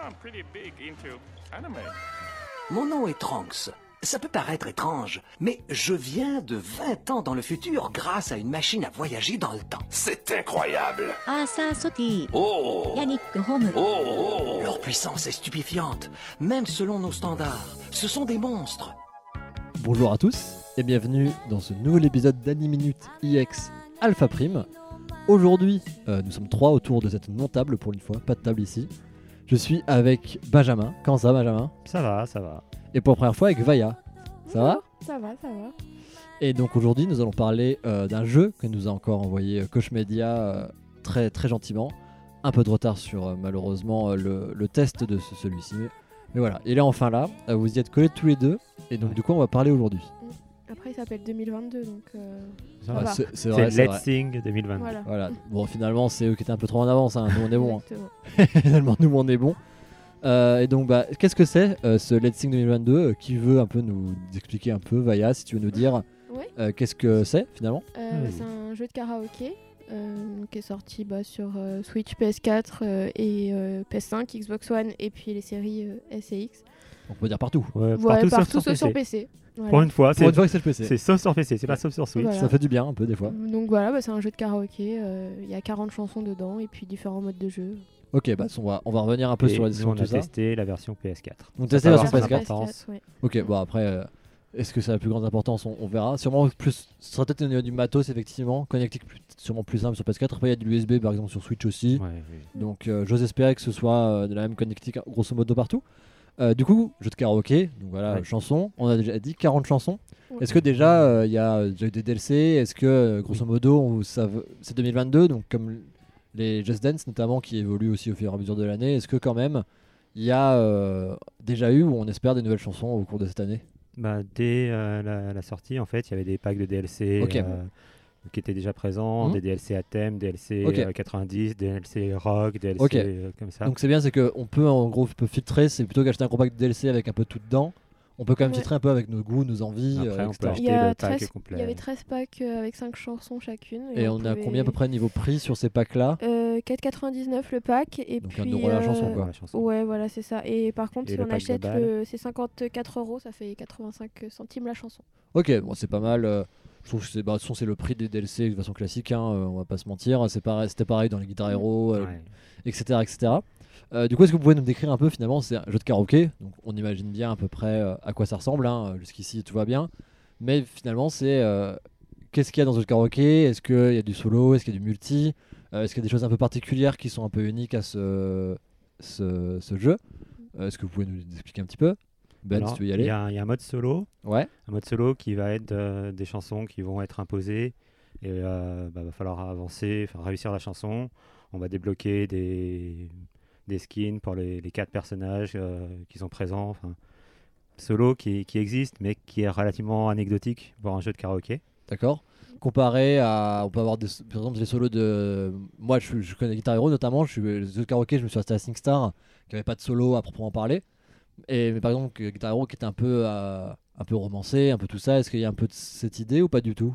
I'm pretty big into anime. Mon nom est Trunks. Ça peut paraître étrange, mais je viens de 20 ans dans le futur grâce à une machine à voyager dans le temps. C'est incroyable. 朝ソティ、 Oh. ヤニックホム、 Oh. Leur puissance est stupéfiante, même selon nos standards. Ce sont des monstres. Bonjour à tous et bienvenue dans ce nouvel épisode d'Animinute EX Alpha Prime. Aujourd'hui, euh, nous sommes trois autour de cette non-table pour une fois, pas de table ici. Je suis avec Benjamin, quand ça Benjamin Ça va, ça va. Et pour la première fois avec Vaya, ça va Ça va, ça va. Et donc aujourd'hui, nous allons parler euh, d'un jeu que nous a encore envoyé euh, Coach Media euh, très, très gentiment. Un peu de retard sur euh, malheureusement euh, le, le test de ce- celui-ci. Mais, mais voilà, il est enfin là. Euh, vous y êtes collés tous les deux. Et donc, du coup, on va parler aujourd'hui. Après, il s'appelle 2022, donc euh, Ça Ah va. bah, c'est c'est C'est vrai, c'est vrai. Let's Sing 2022. voilà. Voilà, bon, finalement, c'est eux qui étaient un peu trop en avance. hein. Nous, on est bon. Exactement. finalement nous on est bon. Euh, et donc bah, qu'est-ce que c'est euh, ce Let's Sing 2022 euh, Qui veut un peu nous expliquer un peu, Vaya, si tu veux nous dire Ouais. euh, qu'est-ce que c'est finalement Euh, Hmm. C'est un jeu de karaoké euh, qui est sorti bah, sur euh, Switch, PS4 euh, et euh, PS5, Xbox One et puis les séries euh, S et X. On peut dire partout. Ouais, Ouais, Euh, partout, sauf sur sauf PC. sur PC. Voilà. Pour une fois, Pour c'est une fois que c'est le PC. c'est sauf sur PC, c'est pas sauf sur Switch. Voilà. Ça fait du bien un peu des fois. Donc voilà, bah, c'est un jeu de karaoké. euh, Il y a 40 chansons dedans et puis différents modes de jeu. Ok, bah, on, va, on va revenir un peu Et sur la nous, sur on tout a ça. testé la version PS4. Donc Ça tester va, la version ça PS4. va. importance. ouais. Ok, bon après, euh, est-ce que ça a la plus grande importance on, on verra. Sûrement plus, ce sera peut-être au niveau du matos effectivement. Connectique plus- sûrement plus simple sur PS4. Après il y a de l'USB par exemple sur Switch aussi. Donc euh, j'ose espérer que ce soit euh, de la même connectique grosso modo partout. Euh, du coup, jeu de karaoké, donc voilà, Ouais. chansons, on a déjà dit 40 chansons. Ouais. Est-ce que déjà euh, il y a euh, déjà eu des DLC Est-ce que euh, grosso modo, on- ça veut- c'est 2022, donc comme les Just Dance notamment qui évoluent aussi au fur et à mesure de l'année, est-ce que quand même il y a euh, déjà eu ou on espère des nouvelles chansons au cours de cette année Bah, dès euh, la, la sortie, en fait, il y avait des packs de DLC Ok. euh, qui étaient déjà présents, Mhm. des DLC à thème, DLC Ok. euh, 90, DLC rock, DLC Ok. euh, comme ça. Donc c'est bien, c'est qu'on peut en gros peut filtrer, c'est plutôt qu'acheter un gros pack de DLC avec un peu tout dedans, on peut quand même Ouais. filtrer un peu avec nos goûts, nos envies, Après, euh, on peut etc. acheter Il y a le pack 13 complet. Il y avait 13 packs euh, avec 5 chansons chacune. Et on, est à pouvait- combien à peu près niveau prix sur ces packs-là Euh, 4,99 le pack et Donc, un puis euh, euro la chanson, Voilà, quoi. la chanson. Ouais, voilà, c'est ça. Et par contre, Et si le on pack achète, global. le... c'est 54 euros, ça fait 85 centimes la chanson. Ok, bon, c'est pas mal. euh, Je trouve que c'est bah, de toute façon, c'est le prix des DLC de façon classique, hein, euh, on va pas se mentir. C'est pareil, c'était pareil dans les Guitar Hero, euh, Ouais. etc. etc. Euh, du coup, est-ce que vous pouvez nous décrire un peu finalement C'est un jeu de karaoké, donc on imagine bien à peu près euh, à quoi ça ressemble. hein, euh, Jusqu'ici, tout va bien. Mais finalement, c'est euh, qu'est-ce qu'il y a dans ce jeu de karaoké Est-ce qu'il y a du solo Est-ce qu'il y a du multi Euh, Est-ce qu'il y a des choses un peu particulières qui sont un peu uniques à ce, ce, ce jeu Euh, Est-ce que vous pouvez nous expliquer un petit peu Ben, Alors, si tu veux y il aller y a un- Il y, a un mode solo, Ouais, un mode solo qui va être euh, des chansons qui vont être imposées et euh, bah, va falloir avancer, enfin, réussir la chanson. On va débloquer des, des skins pour les, les quatre personnages euh, qui sont présents. enfin, solo qui, qui existe mais qui est relativement anecdotique pour un jeu de karaoké. d'accord. Comparé à. On peut avoir des, par exemple des solos de. Moi, je, suis- je connais Guitar Hero notamment, je suis le jeu de karaoké, je me suis resté à SingStar, qui avait pas de solo à proprement parler. Et mais par exemple, que Guitar Hero qui était un peu, euh, un peu romancé, un peu tout ça, est-ce qu'il y a un peu de cette idée ou pas du tout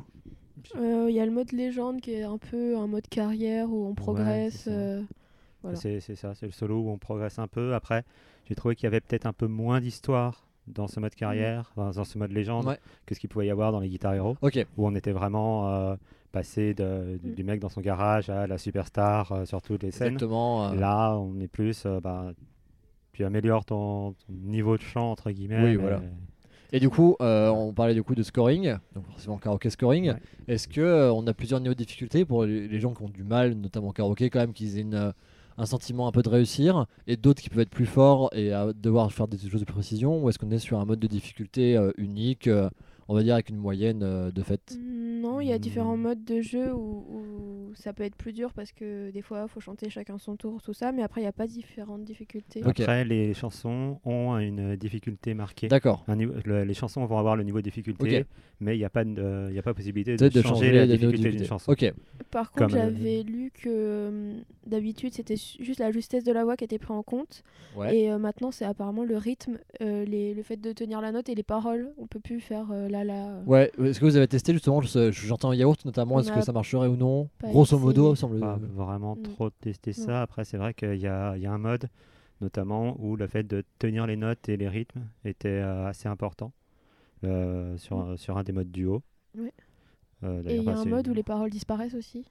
Euh, Il y a le mode légende qui est un peu un mode carrière où on progresse. c'est ça. euh, Voilà. C'est c'est ça, c'est le solo où on progresse un peu. Après, j'ai trouvé qu'il y avait peut-être un peu moins d'histoire dans ce mode carrière, enfin, dans ce mode légende, Ouais. que ce qu'il pouvait y avoir dans les Guitar Hero. Ok, où on était vraiment euh, passé de- du, Mm. du mec dans son garage à la superstar euh, sur toutes les scènes. exactement. euh, Là, on est plus, euh, bah, tu améliores ton, ton niveau de chant entre guillemets. Oui, mais- voilà. Et du coup, euh, on parlait du coup de scoring, donc forcément karaoké scoring. Ouais. Est-ce que euh, on a plusieurs niveaux de difficulté pour les les gens qui ont du mal, notamment au karaoké, quand même, qu'ils aient une, euh, un sentiment un peu de réussir, et d'autres qui peuvent être plus forts et à devoir faire des choses de précision, ou est-ce qu'on est sur un mode de difficulté euh, unique, euh, on va dire avec une moyenne euh, de fait Non, il y a différents Hmm. modes de jeu où, où ça peut être plus dur parce que des fois, faut chanter chacun son tour, tout ça, mais après, il n'y a pas différentes difficultés. Ok. Après, les chansons ont une difficulté marquée. D'accord. Un niveau- le- les chansons vont avoir le niveau de difficulté, Ok. mais il n'y a pas de, il y a pas possibilité de, Peut-être changer, la les niveaux de difficulté d'une chanson. Ok, Par Comme, euh, contre, j'avais lu que euh, d'habitude, c'était su- juste la justesse de la voix qui était prise en compte. ouais. Et euh, maintenant, c'est apparemment le rythme, euh, les, le fait de tenir la note et les paroles. On peut plus faire euh, là, là. euh. Ouais, est-ce que vous avez testé justement, ce- j'entends yaourt notamment, On est-ce que a ça marcherait ou non pas Grosso modo, essayé. semble. Pas vraiment Mm. trop tester ça. Après, c'est vrai qu'il y a, il y a un mode notamment où le fait de tenir les notes et les rythmes était euh, assez important euh, sur, un- sur un des modes duo. Mm. Ouais. Euh, Et d'ailleurs, il y a bah, un c'est- mode où les paroles disparaissent aussi,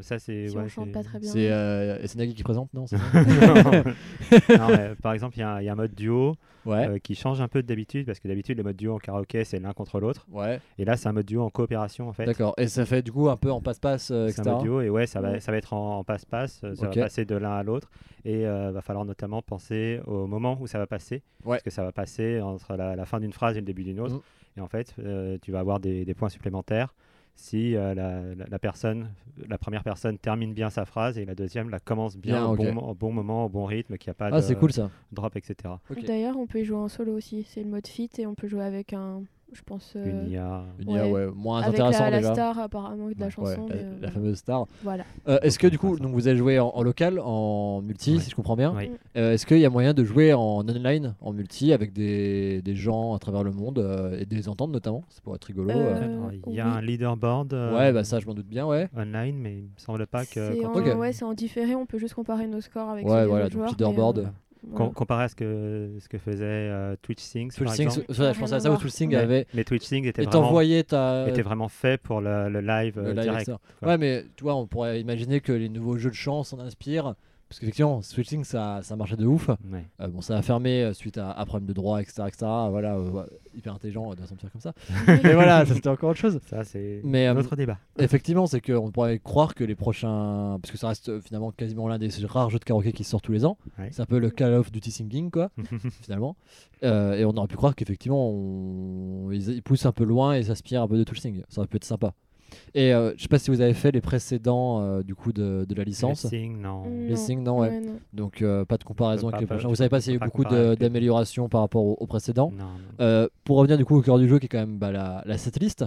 Ça, c'est. si ouais, on chante c'est- pas très bien. C'est euh, Essenagi qui présente, non c'est ça Non, mais, par exemple, il y, a un- il y a un mode duo Ouais. euh, qui change un peu de d'habitude, parce que d'habitude, le mode duo en karaoké, c'est l'un contre l'autre. Ouais, Et là, c'est un mode duo en coopération, en fait. d'accord. Et ça fait du coup un peu en passe-passe, euh, C'est etc. un mode duo et ouais, ça va, Ouais. ça va être en en passe-passe, euh, ça Ok. va passer de l'un à l'autre et euh, va falloir notamment penser au moment où ça va passer, Ouais. parce que ça va passer entre la, la fin d'une phrase et le début d'une autre. Mm. Et en fait, euh, tu vas avoir des, des points supplémentaires si euh, la, la- la personne, la première personne termine bien sa phrase et la deuxième la commence bien, Bien, au, ok. bon, mo- au bon moment, au bon rythme, qu'il n'y a pas Ah, de c'est cool ça. drop, etc. Ok. D'ailleurs, on peut y jouer en solo aussi. C'est le mode fit et on peut jouer avec un, je pense, euh, Une IA. Une IA, Ouais. ouais, moins avec intéressant la, la déjà. star apparemment de la Ouais, chanson. Ouais, la- mais, euh, la, voilà. fameuse star. Voilà. Euh, est-ce que du Enfin, coup, ça. donc vous avez joué en, en local, en multi, Ouais. si je comprends bien Oui. Euh, Est-ce qu'il y a moyen de jouer en online, en multi, avec des, des gens à travers le monde euh, et des ententes notamment Ça pourrait être rigolo. euh. Euh, Alors, Il y a oui. un leaderboard euh, Ouais, bah ça, je m'en doute bien, ouais. online, mais il me semble pas que C'est quand en, on- Ok. ouais, c'est en différé, on peut juste comparer nos scores avec euh, Ouais, celui des voilà, autres donc joueurs, mais, leaderboard. euh, Com- voilà. comparé à ce que, ce que faisait euh, Twitch Things. Twitch par Things, exemple. ouais, je pensais à ça où Twitch Things Ouais. avait. Mais Twitch Things était Et vraiment, t'envoyais ta. était vraiment fait pour le, le live, le euh, live direct. externe. quoi. Ouais, mais tu vois, on pourrait imaginer que les nouveaux jeux de chance s'en inspirent. Parce qu'effectivement, Switching, ça, ça marchait de ouf. Ouais. Euh, bon, ça a fermé euh, suite à, à problème de droit, etc. etc. voilà, euh, ouais, hyper intelligent euh, de s'en tirer comme ça. mais voilà, ça c'était encore autre chose. Ça, c'est Mais, euh, un autre débat. Effectivement, c'est qu'on pourrait croire que les prochains. Parce que ça reste euh, finalement quasiment l'un des rares jeux de karaoké qui sort tous les ans. Ouais. C'est un peu le Call of Duty Singing, quoi, finalement. Euh, et on aurait pu croire qu'effectivement, on- ils, ils poussent un peu loin et s'aspirent un peu de tout le Sing. Ça aurait pu être sympa. Et euh, je sais pas si vous avez fait les précédents euh, du coup de, de la licence. Twitch Things, non. Mm, Les Sing, non, ouais. Ouais, non. Donc euh, pas de comparaison Je peux avec les pas- prochains. je Vous savez pas s'il y a eu peux pas beaucoup comparer de- avec les- d'améliorations par rapport aux au précédents. Non, non. Euh, pour revenir du coup au cœur du jeu qui est quand même bah, la, la setlist,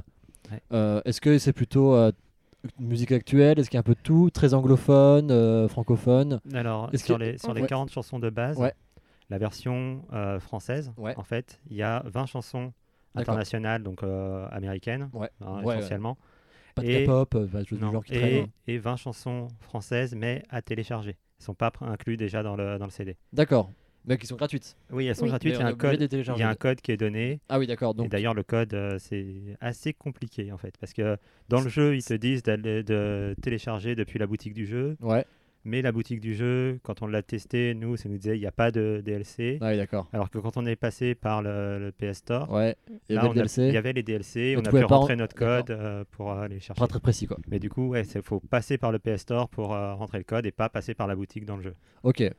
Ouais. euh, est-ce que c'est plutôt euh, musique actuelle Est-ce qu'il y a un peu de tout Très anglophone, euh, francophone Alors, Est-ce sur qu'il- les, sur les Ouais. 40 chansons de base, Ouais. la version euh, française, Ouais. en fait, il y a 20 chansons D'accord. internationales, donc euh, américaines, Ouais. hein, Ouais, essentiellement, Pas de Et- K-pop, euh, pas de choses du Non. genre qui et, traînent. et 20 chansons françaises, mais à télécharger. Elles ne sont pas pr- incluses déjà dans le, dans le CD. D'accord, mais qui sont gratuites. Oui, elles sont Oui. gratuites, Mais il y a on est un obligé de code, les il télécharger. y a un code qui est donné. Ah oui, d'accord. Donc Et d'ailleurs, le code, euh, c'est assez compliqué en fait, parce que dans le jeu, ils te disent d'aller de télécharger depuis la boutique du jeu, ouais, mais la boutique du jeu, quand on l'a testé, nous, ça nous disait il n'y a pas de DLC, ah oui, d'accord. alors que quand on est passé par le, le PS Store, Ouais. Il y là, avait on le a- DLC. il y avait les DLC, Mais on tu a pouvais pu pas en- rentrer notre code euh, pour euh, les chercher. Pas très précis quoi. Mais du coup, ouais, il faut passer par le PS Store pour euh, rentrer le code et pas passer par la boutique dans le jeu. Ok. Et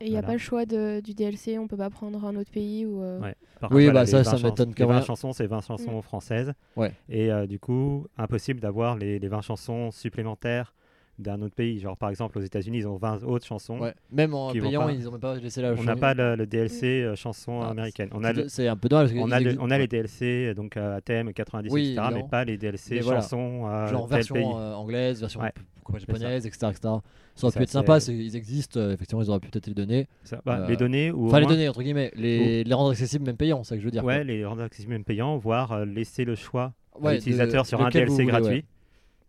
il n'y a Voilà. pas le choix de- du DLC, on peut pas prendre un autre pays ou. euh, Ouais. Par Oui, bah, les ça, 20 ça chans- m'étonne Les quand 20 même. chansons, c'est 20 chansons françaises. Ouais. Et euh, du coup, impossible d'avoir les, les 20 chansons supplémentaires d'un autre pays. Genre, par exemple, aux États-Unis, ils ont 20 autres chansons. Ouais. Même en Qui vont payant, pas- ils ont même pas laissé la On n'a chance- pas le, le DLC euh, chansons Ah, américaines. On a, le- C'est un peu dommage. parce que on a, ils le- existent- on a les ouais. DLC euh, donc à thème 90, Oui, etc., mais évidemment. pas les DLC Mais voilà. chansons euh, genre tel version pays. euh, anglaise, version Ouais, p- pourquoi ça. japonaise, etc., etc. Ça aurait Ça, pu être c'est- sympa, c'est- ils existent, euh, effectivement, ils auraient pu peut-être les donner. Ça, bah, euh, les données ou au Enfin, les moins- donner, entre guillemets, les, les rendre accessibles, même payants, c'est ça que je veux dire. ouais, les rendre accessibles même payants, voire euh, laisser le choix quoi. à Ouais, l'utilisateur de- sur un lequel DLC vous voulez, gratuit. ouais.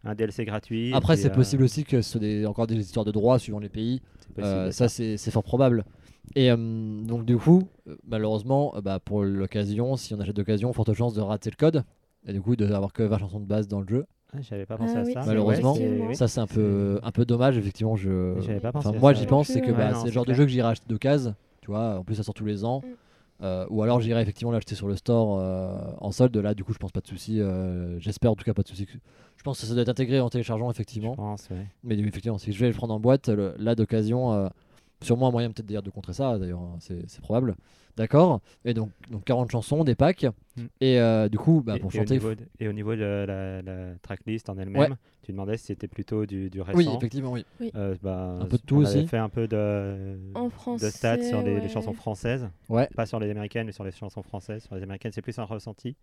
Un DLC gratuit. Après, et, c'est euh, possible aussi que ce soit des, encore des histoires de droit suivant les pays. c'est possible. Euh, ça, c'est c'est fort probable. Et euh, donc, du coup, euh, malheureusement, euh, bah, pour l'occasion, si on achète d'occasion, forte chance de rater le code. Et du coup, d'avoir que 20 chansons de base dans le jeu. Ah, J'avais pas pensé Ah à oui, ça. c'est Malheureusement, Ouais, c'est- effectivement. Ça, c'est un peu, un peu dommage, effectivement. Je... J'avais pas pensé Enfin, à moi, ça. j'y Non pense, plus, c'est que ouais. bah, Ouais, non, c'est le c'est genre de clair. jeu que j'irai acheter d'occasion, tu vois, en plus ça sort tous les ans. Mm. Euh, ou alors j'irai effectivement l'acheter sur le store euh, en solde, là du coup je pense pas de souci, euh, j'espère en tout cas pas de souci. Je pense que ça doit être intégré en téléchargeant Je effectivement, pense, ouais. mais effectivement si je vais le prendre en boîte, le- là d'occasion, euh, sûrement un moyen peut-être d'ailleurs de contrer ça, d'ailleurs hein, c'est c'est probable. D'accord Et donc, donc 40 chansons, des packs, Mm. et euh, du coup bah, et, pour et chanter, au niveau de, et au niveau de la, la tracklist en elle-même, tu demandais si c'était plutôt du, du récent. oui effectivement oui. Euh, bah, Un peu de tout on avait aussi. fait un peu de, En de français. stats sur les, les ouais. chansons françaises. Ouais. Pas sur les américaines, mais sur les chansons françaises. Sur les américaines, c'est plus un ressenti.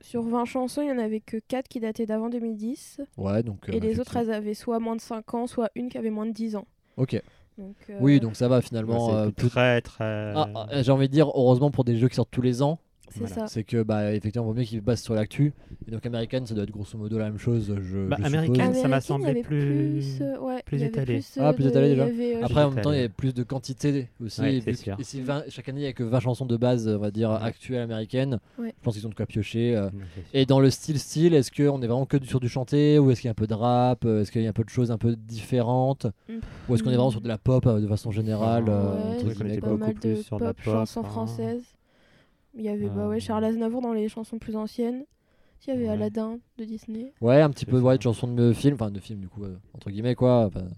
Sur 20 chansons, il y en avait que 4 qui dataient d'avant 2010. Ouais, donc, euh, et les autres, effectivement. elles avaient soit moins de 5 ans, soit une qui avait moins de 10 ans. Ok, Donc, oui euh, donc ça va Ouais, finalement, Bah, c'est euh, plus très, très. Ah, ah, j'ai envie de dire, heureusement pour des jeux qui sortent tous les ans, c'est Voilà. ça. C'est que, bah, effectivement, vaut mieux qu'il base sur l'actu. Et donc, américaine, ça doit être grosso modo la même chose, je, Bah, je américaine, suppose. ça m'a Américaine, il y semblé avait plus- euh, ouais, plus il y avait étalé. plus, Ah, euh, plus de- étalé, il y déjà. avait, euh, Après, en Digital, même temps, il y ouais. a plus de quantité aussi. Ouais, et c'est puis- sûr. et si 20 chaque année, il n'y a que 20 chansons de base, on va dire, actuelles américaines, Ouais. je pense qu'ils ont de quoi piocher. euh. Ouais, c'est sûr. Et dans le style, style, est-ce qu'on est vraiment que sur du chanté Ou est-ce qu'il y a un peu de rap euh, Est-ce qu'il y a un peu de choses un peu différentes Mm. Ou est-ce qu'on est vraiment sur de la pop euh, de façon générale euh, Ouais, entre truc, on guillemets, était quoi. pas beaucoup mal de plus sur pop, de la pop, chansons hein. françaises. Il y avait bah Euh, ouais, Charles Aznavour dans les chansons plus anciennes. Il y avait Ouais. Aladdin de Disney. Ouais, un petit C'est peu ça. ouais, de chansons de film, enfin de film du coup, euh, entre guillemets quoi. enfin,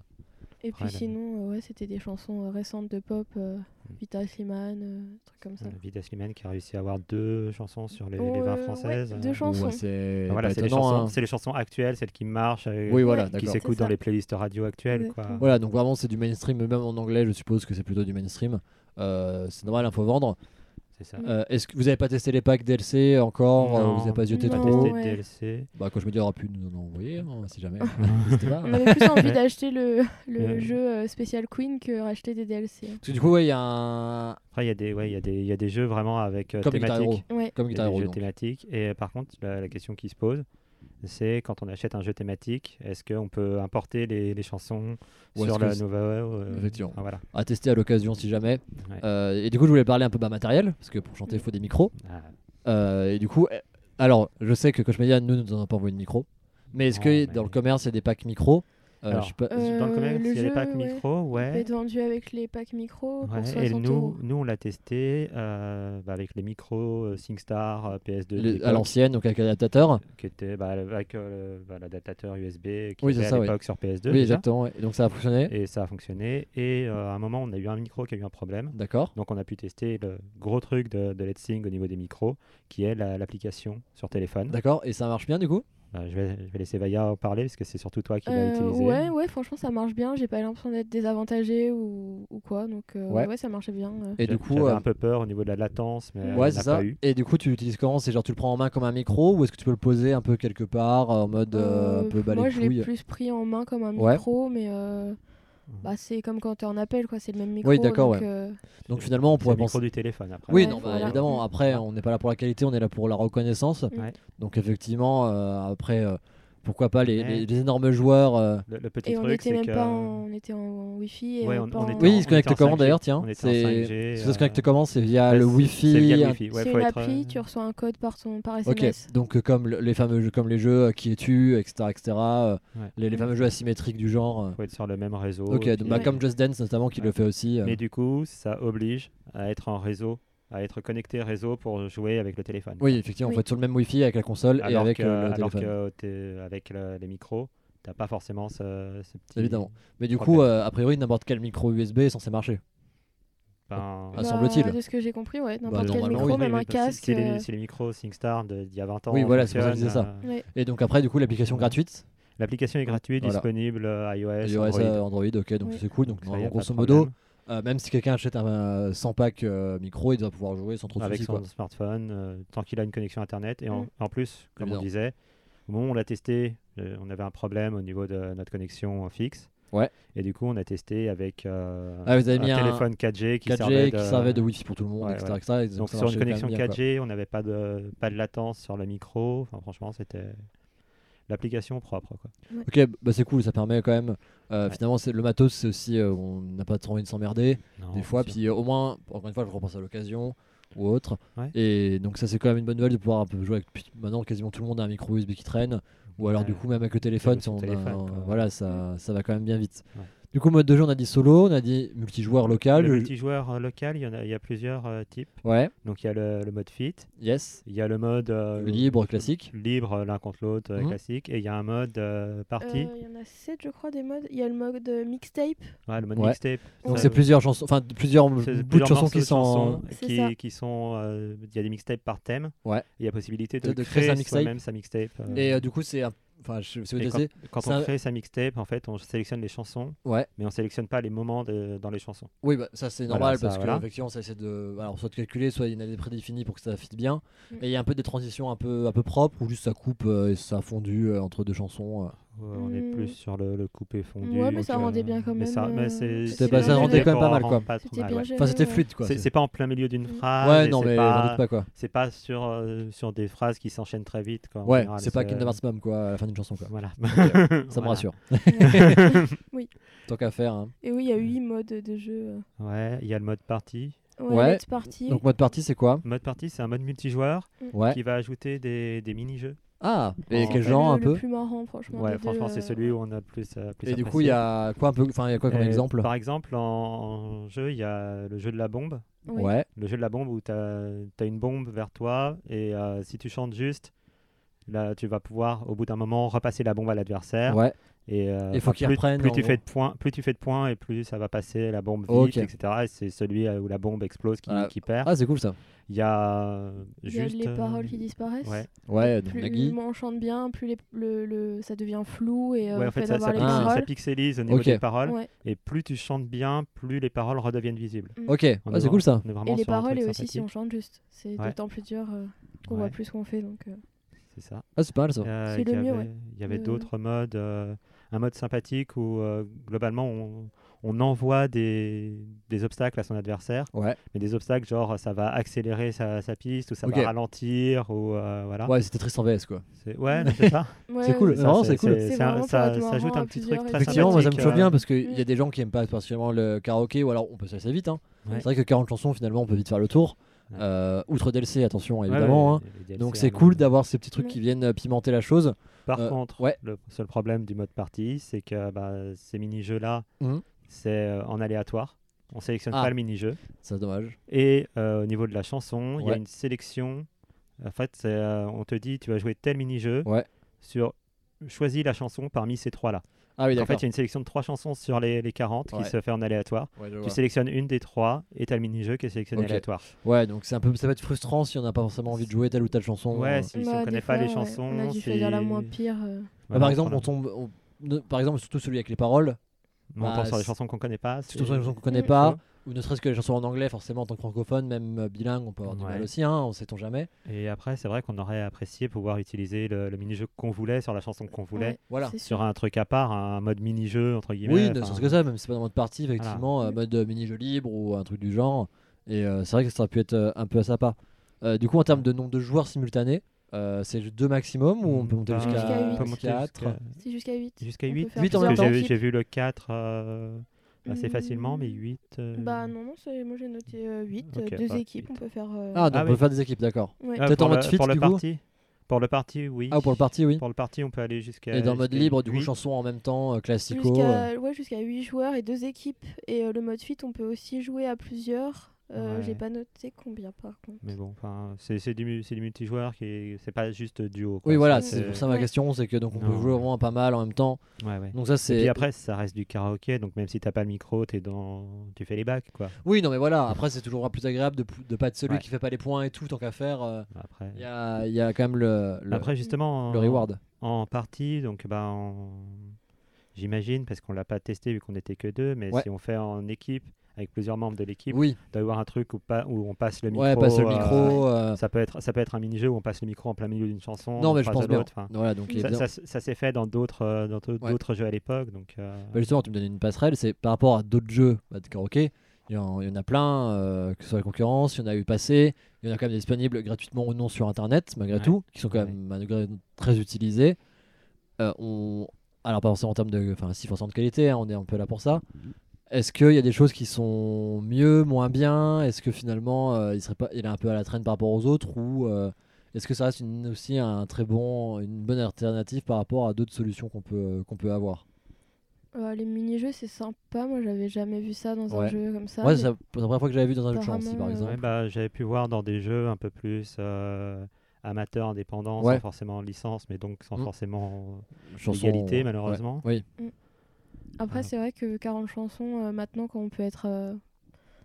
Et puis Aladdin. Mm. sinon, euh, ouais, c'était des chansons euh, récentes de pop, euh, Vita Slimane, euh, trucs comme ça. Euh, Vida Slimane qui a réussi à avoir deux chansons sur les, les Oh, euh, 20 ouais, françaises. deux Euh, chansons. ouais, c'est bah voilà, pas c'est les, étonnant, chansons- hein. c'est les chansons actuelles, celles qui marchent, euh, Oui, voilà, Ouais, qui d'accord. s'écoutent. s'écoutent C'est dans ça. les playlists radio actuelles. Quoi. Exactement. Voilà, donc vraiment c'est du mainstream, même en anglais, je suppose que c'est plutôt du mainstream. Euh, c'est normal, il faut vendre. C'est ça. Euh, Est-ce que vous avez pas testé les packs DLC encore euh, Vous avez pas j'ai zioté pas non. trop testé de Ouais. DLC. Bah, quand je me dis, il y aura plus, nous en envoyer, hein, si jamais. N'hésitez pas. On avait plus envie Ouais. d'acheter le, le Euh. jeu euh, spécial Queen que racheter des DLC. Parce que du coup, ouais, il y a un. Après, il y, a des- ouais, il y, a des- il y a des jeux vraiment avec euh, Comme Guitar Hero. thématiques. Ouais. Comme Il y Guitar a des Hero. jeux donc. thématiques. Et euh, par contre, la, la question qui se pose, c'est quand on achète un jeu thématique, est-ce qu'on peut importer les, les chansons Ou est-ce sur que la c'est- Nova euh, Effectivement. enfin, voilà. À tester à l'occasion si jamais. Ouais. Euh, et du coup, je voulais parler un peu bas matériel, parce que pour chanter, il faut des micros. Ah, Euh, et du coup, euh, alors, je sais que Cauchemania, nous, nous en avons pas envoyé de micro. Mais est-ce Non, que mais- dans le commerce, il y a des packs micro Euh, Alors, je sais pas- Dans Euh, le commerce, le il y a jeu, les packs ouais. micro, Il peut ouais. être vendu avec les packs micro Ouais, pour et 60 euros. nous, nous, on l'a testé euh, bah, avec les micros euh, SingStar, euh, PS2, de les- à l'époque, l'ancienne, donc avec l'adaptateur. qui était bah, avec euh, le- bah, l'adaptateur USB qui Oui, était c'est à ça, ouais. l'époque sur PS2. Oui, déjà. exactement. ouais. Et donc ça a fonctionné. Et ça a fonctionné. Et euh, à un moment, on a eu un micro qui a eu un problème. D'accord. Donc on a pu tester le gros truc de, de Let's Sing au niveau des micros, qui est la- l'application sur téléphone. D'accord. Et ça marche bien du coup Euh, je, vais, je vais laisser Vaya en parler, parce que c'est surtout toi qui l'as Euh, utilisé. ouais, ouais, franchement, ça marche bien. J'ai pas l'impression d'être désavantagée ou, ou quoi. Donc, euh, Ouais. ouais. ça marchait bien. euh. Et J'a- du coup. j'avais euh, un peu peur au niveau de la latence, mais Ouais, on c'est l'a ça. pas eu. Et du coup, tu l'utilises comment C'est genre, tu le prends en main comme un micro ou est-ce que tu peux le poser un peu quelque part euh, en mode euh, un Euh, peu balai moi, de je l'ai couille plus pris en main comme un Ouais. micro, mais euh, bah, c'est comme quand t'es en appel, quoi. C'est le même micro. Oui, d'accord, donc, ouais. euh, Donc finalement, on C'est le pourrait micro penser. du téléphone après. Oui, Ouais, non, bah, voilà. Mm. évidemment. Après, on n'est pas là pour la qualité, on est là pour la reconnaissance. Ouais. Donc effectivement, euh, après, euh, pourquoi pas les, Ouais. les- les énormes joueurs. euh, Le, le petit Et on truc, était c'est même que... euh, pas en, on était en, Wi-Fi. Et Ouais, pas en- était Oui, en- ils se connectent était en comment 5G, d'ailleurs Tiens, on était en c'est 5G, Ils se euh, connectent comment C'est via ouais, le c'est- C'est Wi-Fi. via un- le Wi-Fi. Ouais, c'est faut une être, appli, euh, tu reçois un code par, ton, par Ok, SMS. donc euh, comme le- les fameux jeux, comme les jeux euh, qui est tu, etc., etc. euh, Ouais. les, les fameux jeux asymétriques du genre. euh. faut être sur le même réseau. ok, et donc, puis- bah, Ouais. comme Just Dance notamment qui Ouais. le fait aussi. euh. Mais du coup, ça oblige à être en réseau, à être connecté réseau pour jouer avec le téléphone. Oui, effectivement, on Oui. faut être sur le même Wi-Fi avec la console et alors avec que, euh, le alors téléphone. que t'es- avec le- les micros, t'as pas forcément ce, ce petit. Évidemment. Mais du problème. coup, euh, a priori, n'importe quel micro USB est censé marcher. ben, Ah, semble-t-il. Bah, De ce que j'ai compris, ouais. N'importe quel normalement, micro, oui, même Bah, oui, un oui, parce que si- casque. Si, les, euh, si les micros SingStar de- d'il y a 20 ans. Oui, voilà, c'est pour ça que je fonctionnent, disais ça. euh, ouais. Et donc après, du coup, l'application Ouais. gratuite, L'application est gratuite, Voilà. disponible euh, iOS, iOS, Android. euh, Android, ok, donc Oui. ça, c'est cool. Donc, Donc ça, y a vraiment, pas de grosso problème. modo, euh, même si quelqu'un achète un euh, 100 pack euh, micro, il doit pouvoir jouer sans trop de avec soucis. son quoi. smartphone, euh, tant qu'il a une connexion internet. Et en, Mm. en plus, comme Évidemment. on disait, au moment où on l'a testé, euh, on avait un problème au niveau de notre connexion euh, fixe. Ouais. Et du coup, on a testé avec euh, Ah, vous avez mis un un téléphone 4G qui 4G servait de, Wi-Fi pour tout le monde, Ouais, etc., ouais. etc., et Donc ça sur marchait une quand même connexion bien, quoi. 4G, on n'avait pas de pas de latence sur le micro. Enfin, franchement, c'était l'application propre. Quoi. Ok, bah c'est cool, ça permet quand même. euh, Ouais. Finalement, c'est le matos, c'est aussi euh, on n'a pas trop envie de s'emmerder des fois. c'est sûr. Puis euh, au moins, encore une fois, je repense à l'occasion ou autre. Ouais. Et donc ça, c'est quand même une bonne nouvelle de pouvoir un peu jouer avec. puis maintenant, quasiment tout le monde a un micro USB qui traîne. Ou alors Ouais. du coup, même avec le téléphone, Même si sur on a- téléphone, quoi. voilà, ça, ça va quand même bien vite. Ouais. Du coup, mode de jeu, on a dit solo, on a dit multijoueur local. le je- multijoueur euh, local, il y, en a, il y a plusieurs euh, types. Ouais, Donc il y a le, le mode fit, yes. il y a le mode euh, Libre, classique. libre euh, l'un contre l'autre euh, Mhm. classique, et il y a un mode euh, Euh, party, Il y en a 7, je crois, des modes. Il y a le mode euh, mixtape. Ouais, le mode Ouais. mixtape. Donc Ça, c'est plusieurs chansons, enfin plusieurs c'est bouts de plusieurs chansons morceaux qui de sont. chansons C'est qui, ça. qui sont, euh, il y a des mixtapes par thème. Ouais. Il y a possibilité de, De- de créer créer, sa mixtape. soi-même sa mixtape. euh, Et euh, du coup, c'est. un- Enfin, je sais pas si vous et avez quand, essayé. quand ça- on crée sa mixtape, en fait, on sélectionne les chansons, Ouais. mais on sélectionne pas les moments de- dans les chansons. Oui, bah, ça c'est Voilà, normal ça, parce voilà. que effectivement ça essaie de alors soit de calculer, soit il y en a des prédéfinis pour que ça fitte bien. Mm. Et il y a un peu des transitions un peu un peu propres où juste ça coupe euh, et ça a fondu euh, entre deux chansons. euh. Ouais, On est Hmm. plus sur le, le coupé fondu. Ouais, mais ça rendait bien quand Mais ça, même, mais euh, c'est- C'était pas- ça c'est- rendait quand même pas on mal, rend quoi. pas Ah, trop C'était mal, bien ouais. géré. Enfin, c'était ouais. fluide quoi. C'est c'est- c'est pas en plein milieu d'une Mm. phrase. Ouais, et non, c'est mais j'en doute pas, pas quoi. C'est pas sur, euh, sur des phrases qui s'enchaînent très vite. Quoi, en Ouais, général, euh, c'est pas Kingdom Hearts Mom quoi à la fin d'une chanson quoi. Voilà. Ça me Voilà. rassure. Oui. Tant qu'à faire. hein. Et oui, il y a 8 modes de jeu. Ouais, il y a le mode party. euh. Ouais. let's party. Donc mode partie c'est quoi Mode party, c'est un mode multijoueur Ouais. qui Oh. va ajouter des, des mini-jeux. Ah, et En quel fait, genre un Oh, le, peu Le plus marrant, franchement. Ouais, des franchement, deux, c'est euh, celui où on a le plus. euh, plus Et du coup, il y a quoi un peu Enfin, il y a quoi comme apprécié. Euh, exemple Par exemple, en, en jeu, il y a le jeu de la bombe. oui. Ouais. Le jeu de la bombe où tu as, une bombe vers toi et euh, si tu chantes juste, là, tu vas pouvoir au bout d'un moment repasser la bombe à l'adversaire. Ouais. Et euh, Il faut enfin, qu'il plus, reprenne, Plus en tu, gros. fais de points, plus tu fais de points et plus ça va passer la bombe vite, Ok. etc. Et c'est celui euh, où la bombe explose qui, Ah. qui perd. Ah, c'est cool ça. Il y a euh, Il y a juste. les euh, paroles qui disparaissent. ouais. Ouais, donc plus Nagui. on chante bien, plus les- le, le- ça devient flou et euh, Ouais, on en fait, peut ça, ça avoir les pixe- ça paroles. pixelise au niveau Ok. des paroles. Ouais. Et plus tu chantes bien, plus les paroles redeviennent visibles. Ok, On ouais, est Ah, c'est vra- cool ça. on est vraiment Et les sur un paroles, et truc aussi si on sympathique. chante juste. C'est Ouais. d'autant plus dur euh, qu'on Ouais, voit plus qu'on fait. Donc, euh, C'est ça. Ah, c'est pas mal ça. Euh, C'est il y le mieux, avait- ouais. Il y avait Le- d'autres modes. euh, un mode sympathique où euh, globalement on, on envoie des, des obstacles à son adversaire, Ouais, mais des obstacles genre ça va accélérer sa, sa piste ou ça Ok. va ralentir ou euh, voilà. ouais, c'était triste en VS quoi. C'est- Ouais, non, c'est ça. ouais, C'est cool. ça, Non, c'est cool. C'est un- vraiment pour ça, être ça ajoute marrant à un petit truc plusieurs très et tout. Effectivement, moi ça me sympathique, chauffe bien euh, parce qu'il y a Mm. des gens qui aiment pas particulièrement le karaoké ou alors on peut se passer vite. hein. Ouais. C'est vrai que 40 chansons finalement on peut vite faire le tour. Ouais. Euh, outre DLC, attention ouais, évidemment. ouais, hein. les DLC, Donc c'est euh, cool d'avoir ces petits trucs Ouais. qui viennent euh, pimenter la chose. Par euh, contre, ouais. le seul problème du mode partie, c'est que bah, ces mini-jeux là, Mhm. c'est euh, en aléatoire. On sélectionne Ah. pas le mini-jeu. Ça c'est dommage. Et euh, au niveau de la chanson, il y a Ouais. une sélection. En fait, c'est, euh, on te dit tu vas jouer tel mini-jeu Ouais. sur choisis la chanson parmi ces trois-là. Ah oui, en fait, d'accord. il y a une sélection de trois chansons sur les, les 40 Ouais. qui se fait en aléatoire. Ouais, je Tu vois. sélectionnes une des trois et t'as le mini-jeu qui est sélectionné Ok. aléatoire. Ouais, donc c'est un peu, ça va être frustrant si on n'a pas forcément envie de jouer telle ou telle chanson. Ouais, Euh, si, si Bah, on des connaît pas les fois, ouais, chansons, On a dû c'est- choisir la moins pire. euh. Bah, Voilà, par exemple, voilà. on tombe, on- ne- par exemple surtout celui avec les paroles, Mais on bah, tombe sur les c'est- chansons qu'on connaît pas. surtout sur les chansons qu'on connaît Mm. pas, ou ne serait-ce que les chansons en anglais, forcément en tant que francophone, même euh, bilingue, on peut avoir du Mm, Ouais. mal aussi, hein, on sait-on jamais. Et après, c'est vrai qu'on aurait apprécié pouvoir utiliser le, le mini-jeu qu'on voulait sur la chanson qu'on voulait. Ouais, Voilà. c'est Sur sûr. un truc à part, un mode mini-jeu entre guillemets. Oui, ne enfin, serait-ce que ça, même si c'est pas dans mode partie, effectivement, Voilà. euh, mode euh, mini-jeu libre ou un truc du genre. Et euh, c'est vrai que ça aurait pu être euh, un peu à sa part. Euh, du coup, en termes de nombre de joueurs simultanés, euh, c'est deux maximum ou on peut monter bah, jusqu'à- jusqu'à on peut monter 4 jusqu'à- C'est jusqu'à 8. Jusqu'à On peut 8 faire Huit en plusieurs même temps. J'ai, équipes. j'ai vu le 4 euh, assez facilement, mais euh, Hmm. 8. Bah non, non, c'est- moi j'ai noté 8. Ok, deux bah, équipes, huit. on peut faire. euh, Ah, donc Ah on oui. peut faire des équipes, d'accord. ouais. Peut-être en Ah, pour mode le, suite, pour le du coup parti. Pour le parti, oui. Ah, pour le parti, oui. Pour le parti, on peut aller jusqu'à. Et dans le mode jusqu'à libre, du coup, huit. chansons en même temps, euh, classico. euh, Jusqu'à ouais, jusqu'à 8 joueurs et deux équipes. Et euh, le mode fit, on peut aussi jouer à plusieurs. Euh, Ouais. J'ai pas noté combien par contre. Mais bon, enfin, c'est, c'est, du, mu- c'est du multijoueur, qui est- c'est pas juste duo. quoi. Oui, voilà, ça, c'est c'est- pour ça ma Ouais. question, c'est que donc on peut Non. jouer vraiment pas mal en même temps. Ouais, ouais. Donc ça Et puis c'est. après, ça reste du karaoké, donc même si t'as pas le micro, t'es dans... tu fais les bacs, quoi. Oui, non mais voilà, après c'est toujours plus agréable de, pou- de pas être celui Ouais. qui fait pas les points et tout, tant qu'à faire. euh, Après, Il y, a, il y a quand même le, le, Après justement, le en- reward. En partie, donc bah, en- j'imagine, parce qu'on l'a pas testé vu qu'on n'était que deux, mais Ouais. si on fait en équipe, avec plusieurs membres de l'équipe, Oui, doit y avoir un truc où, pas, où on passe le micro. ouais, passe le euh, micro. euh, Ça peut être, ça peut être un mini-jeu où on passe le micro en plein milieu d'une chanson. Non d'une mais je phrase pense à bien. l'autre, enfin, Voilà, donc il est ça bien. ça s- ça s'est fait dans d'autres euh, dans d'autres Ouais. d'autres jeux à l'époque, donc. euh, Bah, justement, tu me donnes une passerelle, c'est par rapport à d'autres jeux bah, de karaoké. Il y, en, il y en a plein, euh, que ce soit la concurrence, il y en a eu passé, il y en a quand même disponibles gratuitement ou non sur internet, malgré Ouais. tout, qui sont quand Ouais. même malgré tout, très utilisés. Euh, on... Alors, pas forcément en termes de. Enfin, si forcément de qualité, hein, on est un peu là pour ça. Est-ce qu'il y a des choses qui sont mieux, moins bien Est-ce que finalement euh, il, serait pas... il est un peu à la traîne par rapport aux autres Ou euh, est-ce que ça reste une- aussi un très bon, une bonne alternative par rapport à d'autres solutions qu'on peut, qu'on peut avoir Euh, les mini-jeux, c'est sympa. Moi j'avais jamais vu ça dans Ouais. un jeu comme ça. Moi, mais- c'est la c'est la première fois que j'avais vu dans un jeu de chance, Apparemment, par euh, exemple. ouais, bah, j'avais pu voir dans des jeux un peu plus euh, amateurs, indépendants, Ouais. sans forcément licence, mais donc sans Mm. forcément euh, Chanson, euh, égalité ouais. malheureusement. Oui, Après, Ah. c'est vrai que 40 chansons, euh, maintenant, quand on peut être euh,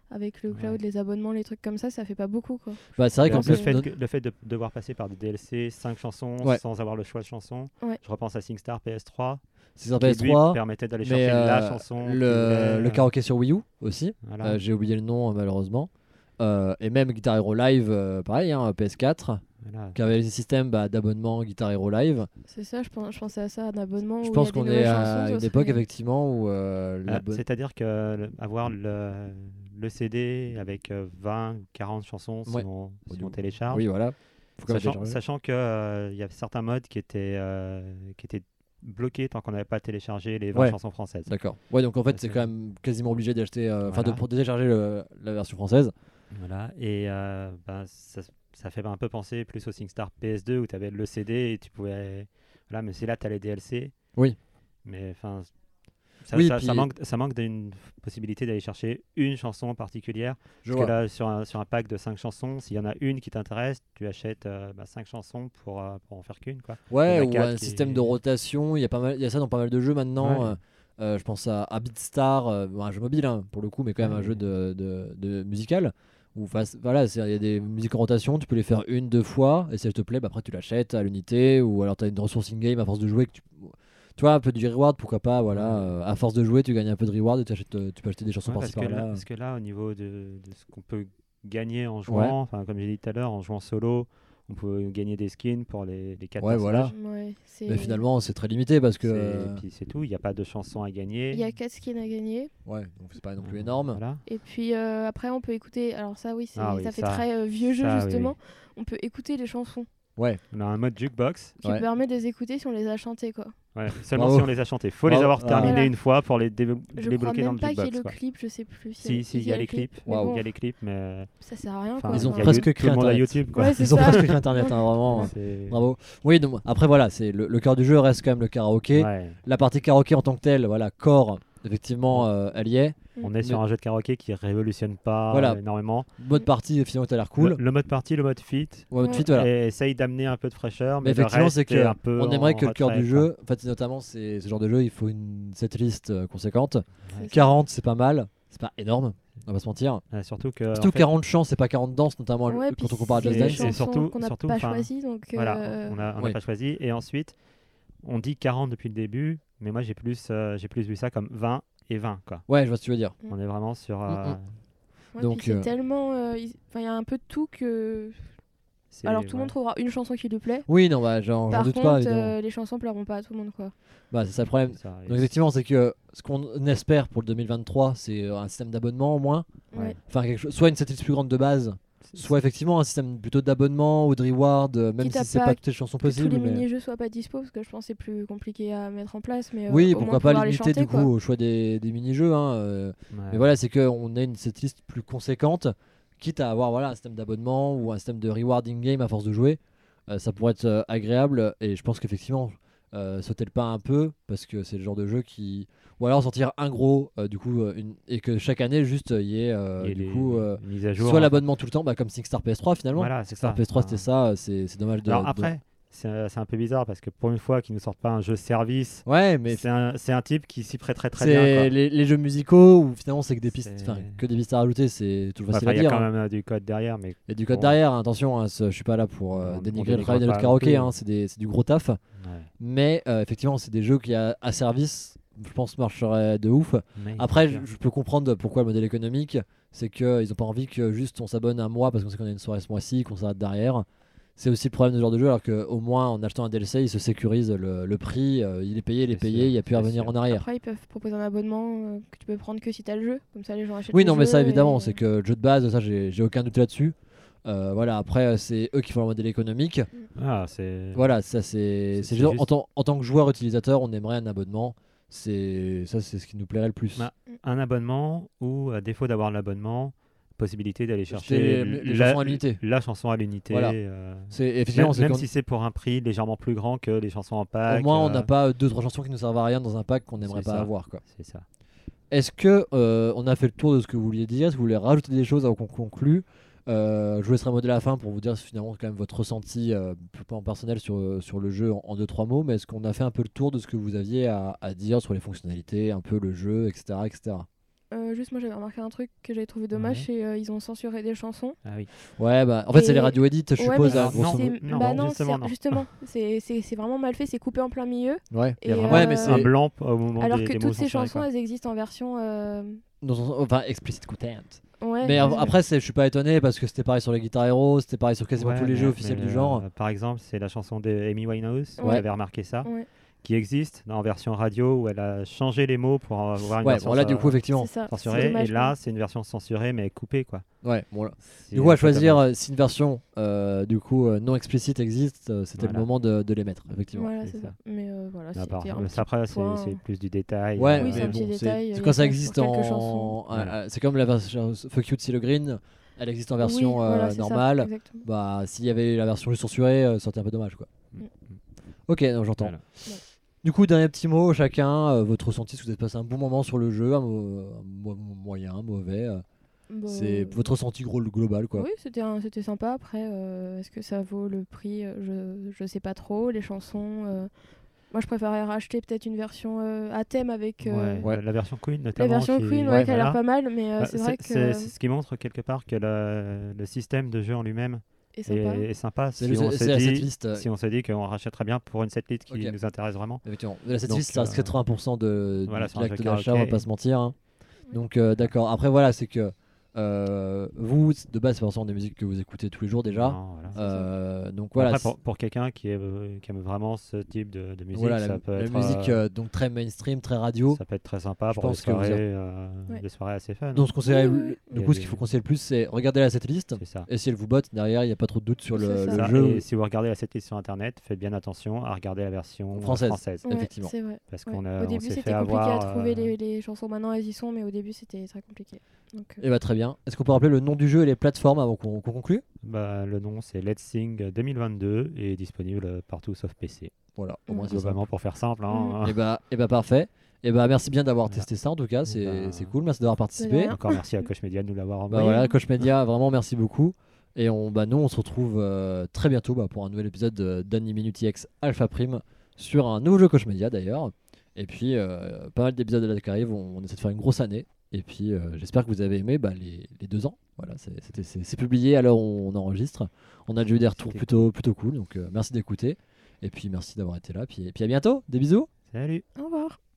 avec le Ouais. cloud, les abonnements, les trucs comme ça, ça fait pas beaucoup, quoi. Bah, c'est vrai Et qu'en Donc, le plus, euh, fait, notre- que- le fait de devoir passer par des DLC, 5 chansons, Ouais. sans avoir le choix de chanson, Ouais. je repense à SingStar PS3, c'est sur qui, lui, PS3, permettait d'aller mais chercher la euh, chanson. qu'il le, voulait, le euh, karaoké sur Wii U aussi. voilà. Euh, J'ai oublié le nom, euh, malheureusement. Euh, et même Guitar Hero Live, euh, pareil, hein, PS4, Voilà. qui avait un système bah, d'abonnement Guitar Hero Live. C'est ça, je, pense, je pensais à ça, un abonnement. Je où Oh, il y pense a des qu'on nouvelles est chansons, à ça hein. une serait- époque, effectivement, où euh, Ah, l'abonnement. C'est-à-dire que le- avoir le, le CD avec euh, 20 ou 40 chansons si Ouais. on, si Du- on télécharge, Oui, voilà. Faut quand même sachant, télécharger. sachant que euh, il y a certains modes qui étaient, euh, qui étaient bloqués tant qu'on n'avait pas téléchargé les 20 Ouais. chansons françaises. D'accord. Ouais, donc en fait, Parce c'est que- quand même quasiment obligé d'acheter, euh, enfin, de Voilà. pour télécharger le- la version française. Voilà, et euh, ben, ça, ça fait un peu penser plus au SingStar PS2 où tu avais le CD et tu pouvais. Voilà, mais c'est là, tu as les DLC. Oui. Mais enfin. Ça, Oui, ça, puis- ça manque, ça manque d'une possibilité d'aller chercher une chanson en particulier. Je vois. Parce que là, sur un, sur un pack de 5 chansons, s'il y en a une qui t'intéresse, tu achètes 5 chansons pour, euh, pour en faire qu'une. quoi. Ouais, Il y en a ou quatre un qui- système de rotation. Il y a pas mal, il y a ça dans pas mal de jeux maintenant. Ouais. Euh, euh, je pense à, à Beatstar, euh, bon, un jeu mobile hein, pour le coup, mais quand même un Ouais. jeu de, de, de musical. Où, enfin, c'est- voilà, c'est- il y a des musiques en rotation, tu peux les faire une, deux fois, et si elles te plaît, bah, après tu l'achètes à l'unité, ou alors tu as une ressource in-game à force de jouer. Que tu... tu vois, un peu du reward, pourquoi pas, voilà, euh, à force de jouer, tu gagnes un peu de reward et tu achètes, euh, tu peux acheter des chansons Ouais, par-ci parce, que là, par-là. parce que là, au niveau de, de ce qu'on peut gagner en jouant, enfin, comme j'ai dit tout à l'heure, en jouant solo, on peut gagner des skins pour les, les 4 Ouais, voilà. Ouais, c'est- Mais finalement, c'est très limité parce que. C'est- euh, puis c'est tout, il n'y a pas de chanson à gagner. Il y a 4 skins à gagner. Ouais, donc c'est pas non plus énorme. Voilà. Et puis euh, après, on peut écouter. Alors, ça, oui, c'est- Ah oui, ça fait ça. très euh, vieux jeu, Ça, oui, justement. On peut écouter les chansons On a un mode jukebox. qui Ouais. permet de les écouter si on les a chantées, quoi. Ouais, seulement Bravo. si on les a chantés. Faut Bravo. les avoir Ah. terminés Voilà. une fois pour les, dé- Je les crois bloquer dans même le pas qu'il y ait jukebox. le quoi. clip, je sais plus. Si, si, il y a les clips. mais Waouh. bon, Il y a les clips, mais. Ça sert à rien, enfin, quoi. Ils ont il y a presque YouTube- créé Tout le monde a Internet. YouTube, quoi. Ouais, c'est Ils ont ça. presque créé Internet, hein, vraiment. C'est- Bravo. Oui, donc, après voilà, c'est le, le cœur du jeu reste quand même le karaoké. Mm. Ouais. La partie karaoké en tant que telle, voilà, corps, effectivement, euh, elle y est. On est sur Mais- un jeu de karaoké qui révolutionne pas Voilà. euh, énormément. Mode partie, finalement, t'as l'air cool. Le, le mode party, le mode fit, Ouais, tout de suite, voilà. et essaye d'amener un peu de fraîcheur. Mais Mais, effectivement, c'est que un peu on aimerait en que le cœur retrait, du quoi. jeu, en fait, c'est notamment c'est ce genre de jeu, il faut une setlist euh, conséquente. C'est ça. 40, c'est pas mal, c'est pas énorme, on va se mentir. Ouais, surtout que. en Surtout fait, 40 chants, c'est pas 40 danses, notamment Ouais, le- puis quand on compare à Just c'est des Dance. des Et chansons surtout- qu'on n'a surtout, pas enfin, choisies, donc. Voilà, euh, on n'a oui. pas choisi. Et ensuite, on dit 40 depuis le début, mais moi j'ai plus, euh, j'ai plus vu ça comme 20 et 20. Quoi. Ouais, je vois ce que tu veux dire. Mm. On est vraiment sur. Mm, euh, ouais, donc, puis c'est euh, tellement. euh, ils- Enfin, il y a un peu de tout que. c'est- Alors, tout le ouais. monde trouvera une chanson qui lui plaît. Oui, non, bah, j'en j'en Par doute contre, pas, euh, évidemment. les chansons plairont pas à tout le monde, quoi. Bah, c'est ça le problème. Ça, et Donc effectivement, c'est que euh, ce qu'on espère pour le 2023, c'est euh, un système d'abonnement au moins. Ouais. Ouais. Enfin, quelque chose, soit une setlist plus grande de base, c'est- soit effectivement un système plutôt d'abonnement ou de reward, euh, même Quitte si à c'est pas pas toutes les chansons que tous possibles. les mais- mini-jeux soient pas dispo parce que je pense que c'est plus compliqué à mettre en place mais euh, Oui, au pourquoi moins pas pouvoir les limiter du chanter, coup quoi. au choix des, des mini-jeux. hein, euh, ouais. Mais voilà, c'est qu'on ait une setlist plus conséquente, quitte à avoir voilà, un système d'abonnement ou un système de rewarding game à force de jouer. euh, ça pourrait être euh, agréable et je pense qu'effectivement, euh, sauter le pas un peu parce que c'est le genre de jeu qui. Ou alors sortir un gros, euh, du coup, euh, une... et que chaque année juste euh, il y ait euh, Et du les- coup. euh, les mises à jour. soit enfin, l'abonnement tout le temps, bah, comme Singstar PS3 finalement. Voilà, c'est ça. Ah. Singstar PS3 Enfin, c'était ça, euh, c'est c'est dommage de. Alors de- après, c'est euh, c'est un peu bizarre parce que pour une fois qu'ils ne sortent pas un jeu service, Ouais, mais c'est un, c'est un type qui s'y prêterait très bien. c'est quoi. les, les jeux musicaux où finalement c'est que des pistes, C'est- enfin que des pistes à rajouter, c'est toujours Ouais, facile à enfin, il y a dire. quand hein. même euh, du code derrière, mais Il y a du code Bon. derrière, hein, attention, hein, ce- je suis pas là pour euh, On- on dénigrer le dénigre travail de pas notre non karaoké, plus, hein, hein. c'est des- c'est du gros taf. ouais. Mais euh, effectivement, c'est des jeux qui à, à service, je pense, marcheraient de ouf. Mais- Après, bien. je, je peux comprendre pourquoi le modèle économique, c'est qu'ils n'ont pas envie que juste on s'abonne un mois parce qu'on sait qu'on a une soirée ce mois-ci, qu'on s'arrête derrière. C'est aussi le problème de ce genre de jeu, alors qu'au moins en achetant un DLC, ils se sécurisent le, le prix, euh, il est payé, il est C'est payé, sûr, il n'y a plus à c'est revenir sûr. en arrière. après ils peuvent proposer un abonnement euh, que tu peux prendre que si t'as le jeu comme ça les gens achètent Oui, le non, mais jeu ça et, évidemment, euh, c'est que le jeu de base, ça j'ai j'ai aucun doute là-dessus. Euh, voilà, après, c'est eux qui font le modèle économique. Ah, c'est. Voilà, ça c'est. C'est- c'est c'est genre, En, juste- tant, en tant que joueur utilisateur, on aimerait un abonnement. C'est ça, c'est ce qui nous plairait le plus. Bah, un abonnement ou à défaut d'avoir l'abonnement, possibilité d'aller chercher les- les chansons à l'unité. La chanson à l'unité. Voilà. euh, c'est effectivement, même c'est même qu'on- si c'est pour un prix légèrement plus grand que les chansons en au pack. moins on euh, n'a pas euh, deux trois chansons qui nous servent à rien dans un pack qu'on n'aimerait c'est pas ça. avoir quoi. C'est ça. Est-ce que euh, on a fait le tour de ce que vous vouliez dire Est-ce que vous voulez rajouter des choses avant qu'on conclue Euh, Je vous laisserai modèle à la fin pour vous dire finalement quand même votre ressenti euh, plus en personnel sur, sur le jeu en, en deux trois mots. Mais est-ce qu'on a fait un peu le tour de ce que vous aviez à, à dire sur les fonctionnalités, un peu le jeu, etc., etc. euh, juste moi j'avais remarqué un truc que j'avais trouvé dommage c'est euh, ils ont censuré des chansons Ah oui. Ouais, bah en fait c'est Et- les radio edits, je Ouais, mais suppose. c'est- hein, alors, grosso c'est- modo. non, bah non, justement, c'est- non. justement c'est- c'est c'est vraiment mal fait c'est coupé en plein milieu Ouais. Il y a et, vraiment Ouais, mais euh, c'est- un blanc p- au moment alors des, que des mots toutes ces censurés, chansons quoi. elles existent en version euh, Dans son- enfin explicit content. Ouais, Mais ouais. av- après, c'est- je suis pas étonné parce que c'était pareil sur les Guitar Hero, c'était pareil sur quasiment Ouais, tous les mais- jeux officiels mais, du genre. euh, par exemple, c'est la chanson de Amy Winehouse, vous Ouais. avez remarqué ça, Ouais. qui existe en version radio où elle a changé les mots pour avoir une ouais, version bon, là, euh, du coup, effectivement. C'est ça. c'est censurée. dommage, et là, c'est une version censurée mais coupée quoi. Ouais, bon, là. C'est Du coup, à totalement- choisir euh, si une version euh, du coup euh, non explicite existe, euh, c'était le Voilà. moment de, de les mettre, effectivement. Voilà, c'est c'est ça. ça. Mais euh, voilà, Ah, c'était par- un mais petit ça, après, c'est point. c'est plus du détail. Ouais, euh, Oui, mais c'est un bon, petit c'est- détail, il y c'est a quand ça ça pour existe quelques en. chansons. ah, ah, C'est comme la version Fuck You de CeeLo Green, elle existe en version Oui, euh, voilà, c'est ça, normale. exactement. Bah, s'il y avait la version censurée, euh, ça aurait été un peu dommage, quoi. Mm. Ok, non, j'entends. Voilà. Ouais. Du coup, dernier petit mot, chacun, euh, votre ressenti, si vous avez passé un bon moment sur le jeu, un, mo- un mo- moyen, un mauvais. euh, Bah, C'est euh, votre ressenti gros, global, quoi. Oui, c'était un- c'était sympa. Après, euh, est-ce que ça vaut le prix Euh, Je je sais pas trop. Les chansons. euh, Moi, je préférais racheter peut-être une version euh, à thème avec euh, Ouais, Ouais. La version Queen, la notamment. version qui- Queen, ouais, qui a voilà. l'air pas mal, mais euh, Bah, c'est vrai que c'est ce qui montre quelque part que le, le système de jeu en lui-même et est, sympa. est sympa. Si le- on la s'est dit, setlist, euh, si on s'est dit qu'on rachèterait bien pour une setlist qui Ok. nous intéresse vraiment. Effectivement. La Donc, setlist, ça reste euh, 80% de, voilà, de c'est un jeu l'acte karaoké. d'achat, on va pas se mentir. hein. Donc, euh, d'accord. Après, voilà, c'est que euh, vous, de base, c'est forcément des musiques que vous écoutez tous les jours déjà. Non, voilà. Euh, donc, voilà. Après, c'est- pour, pour quelqu'un qui, est- euh, qui aime vraiment ce type de, de musique, voilà, ça, la, peut la être, musique euh, euh, donc très mainstream, très radio. ça peut être très sympa je pour des pense que vous soirées, avez- euh, Ouais. des soirées assez fun. Donc, ce qu'on sait- euh, Oui, oui, oui. du coup, ce qu'il faut conseiller le plus, c'est regarder la setlist. C'est ça. Et si elle vous botte, derrière, il n'y a pas trop de doute sur le, C'est le ça. Ça, jeu. Et si vous regardez la setlist sur internet, faites bien attention à regarder la version euh, Française. française. Ouais, effectivement. c'est vrai. Parce ouais. qu'on a, au on début, s'est fait c'était compliqué avoir, à trouver euh, les, les chansons. Maintenant, elles y sont, mais au début, c'était très compliqué. Donc, euh, Et bah, très bien. Est-ce qu'on peut rappeler le nom du jeu et les plateformes avant qu'on qu'on conclue Bah, le nom c'est Let's Sing 2022 et est disponible euh, partout sauf PC. Voilà, au moins Mm. c'est ça. Globalement pour faire simple. hein. Et bah, et bah parfait. Et bah merci bien d'avoir Voilà. testé ça en tout cas, c'est bah, c'est cool, merci d'avoir participé. rien. Encore merci à Coach Media de nous l'avoir Bah envoyé. voilà, Coach Media, vraiment merci beaucoup. Et on, bah nous, on se retrouve euh, très bientôt bah, pour un nouvel épisode de- d'Anime Minute X Alpha Prime sur un nouveau jeu Coach Media d'ailleurs. Et puis, euh, pas mal d'épisodes de la qui arrivent, on, on essaie de faire une grosse année. Et puis, euh, j'espère que vous avez aimé bah, les, les deux ans. Voilà, c'est- c'était- c'est c'est publié alors on enregistre. On a déjà eu des retours C'était plutôt, plutôt cool, donc euh, merci d'écouter. Et puis, merci d'avoir été là. Puis, et puis, à bientôt, des bisous. Salut. au revoir.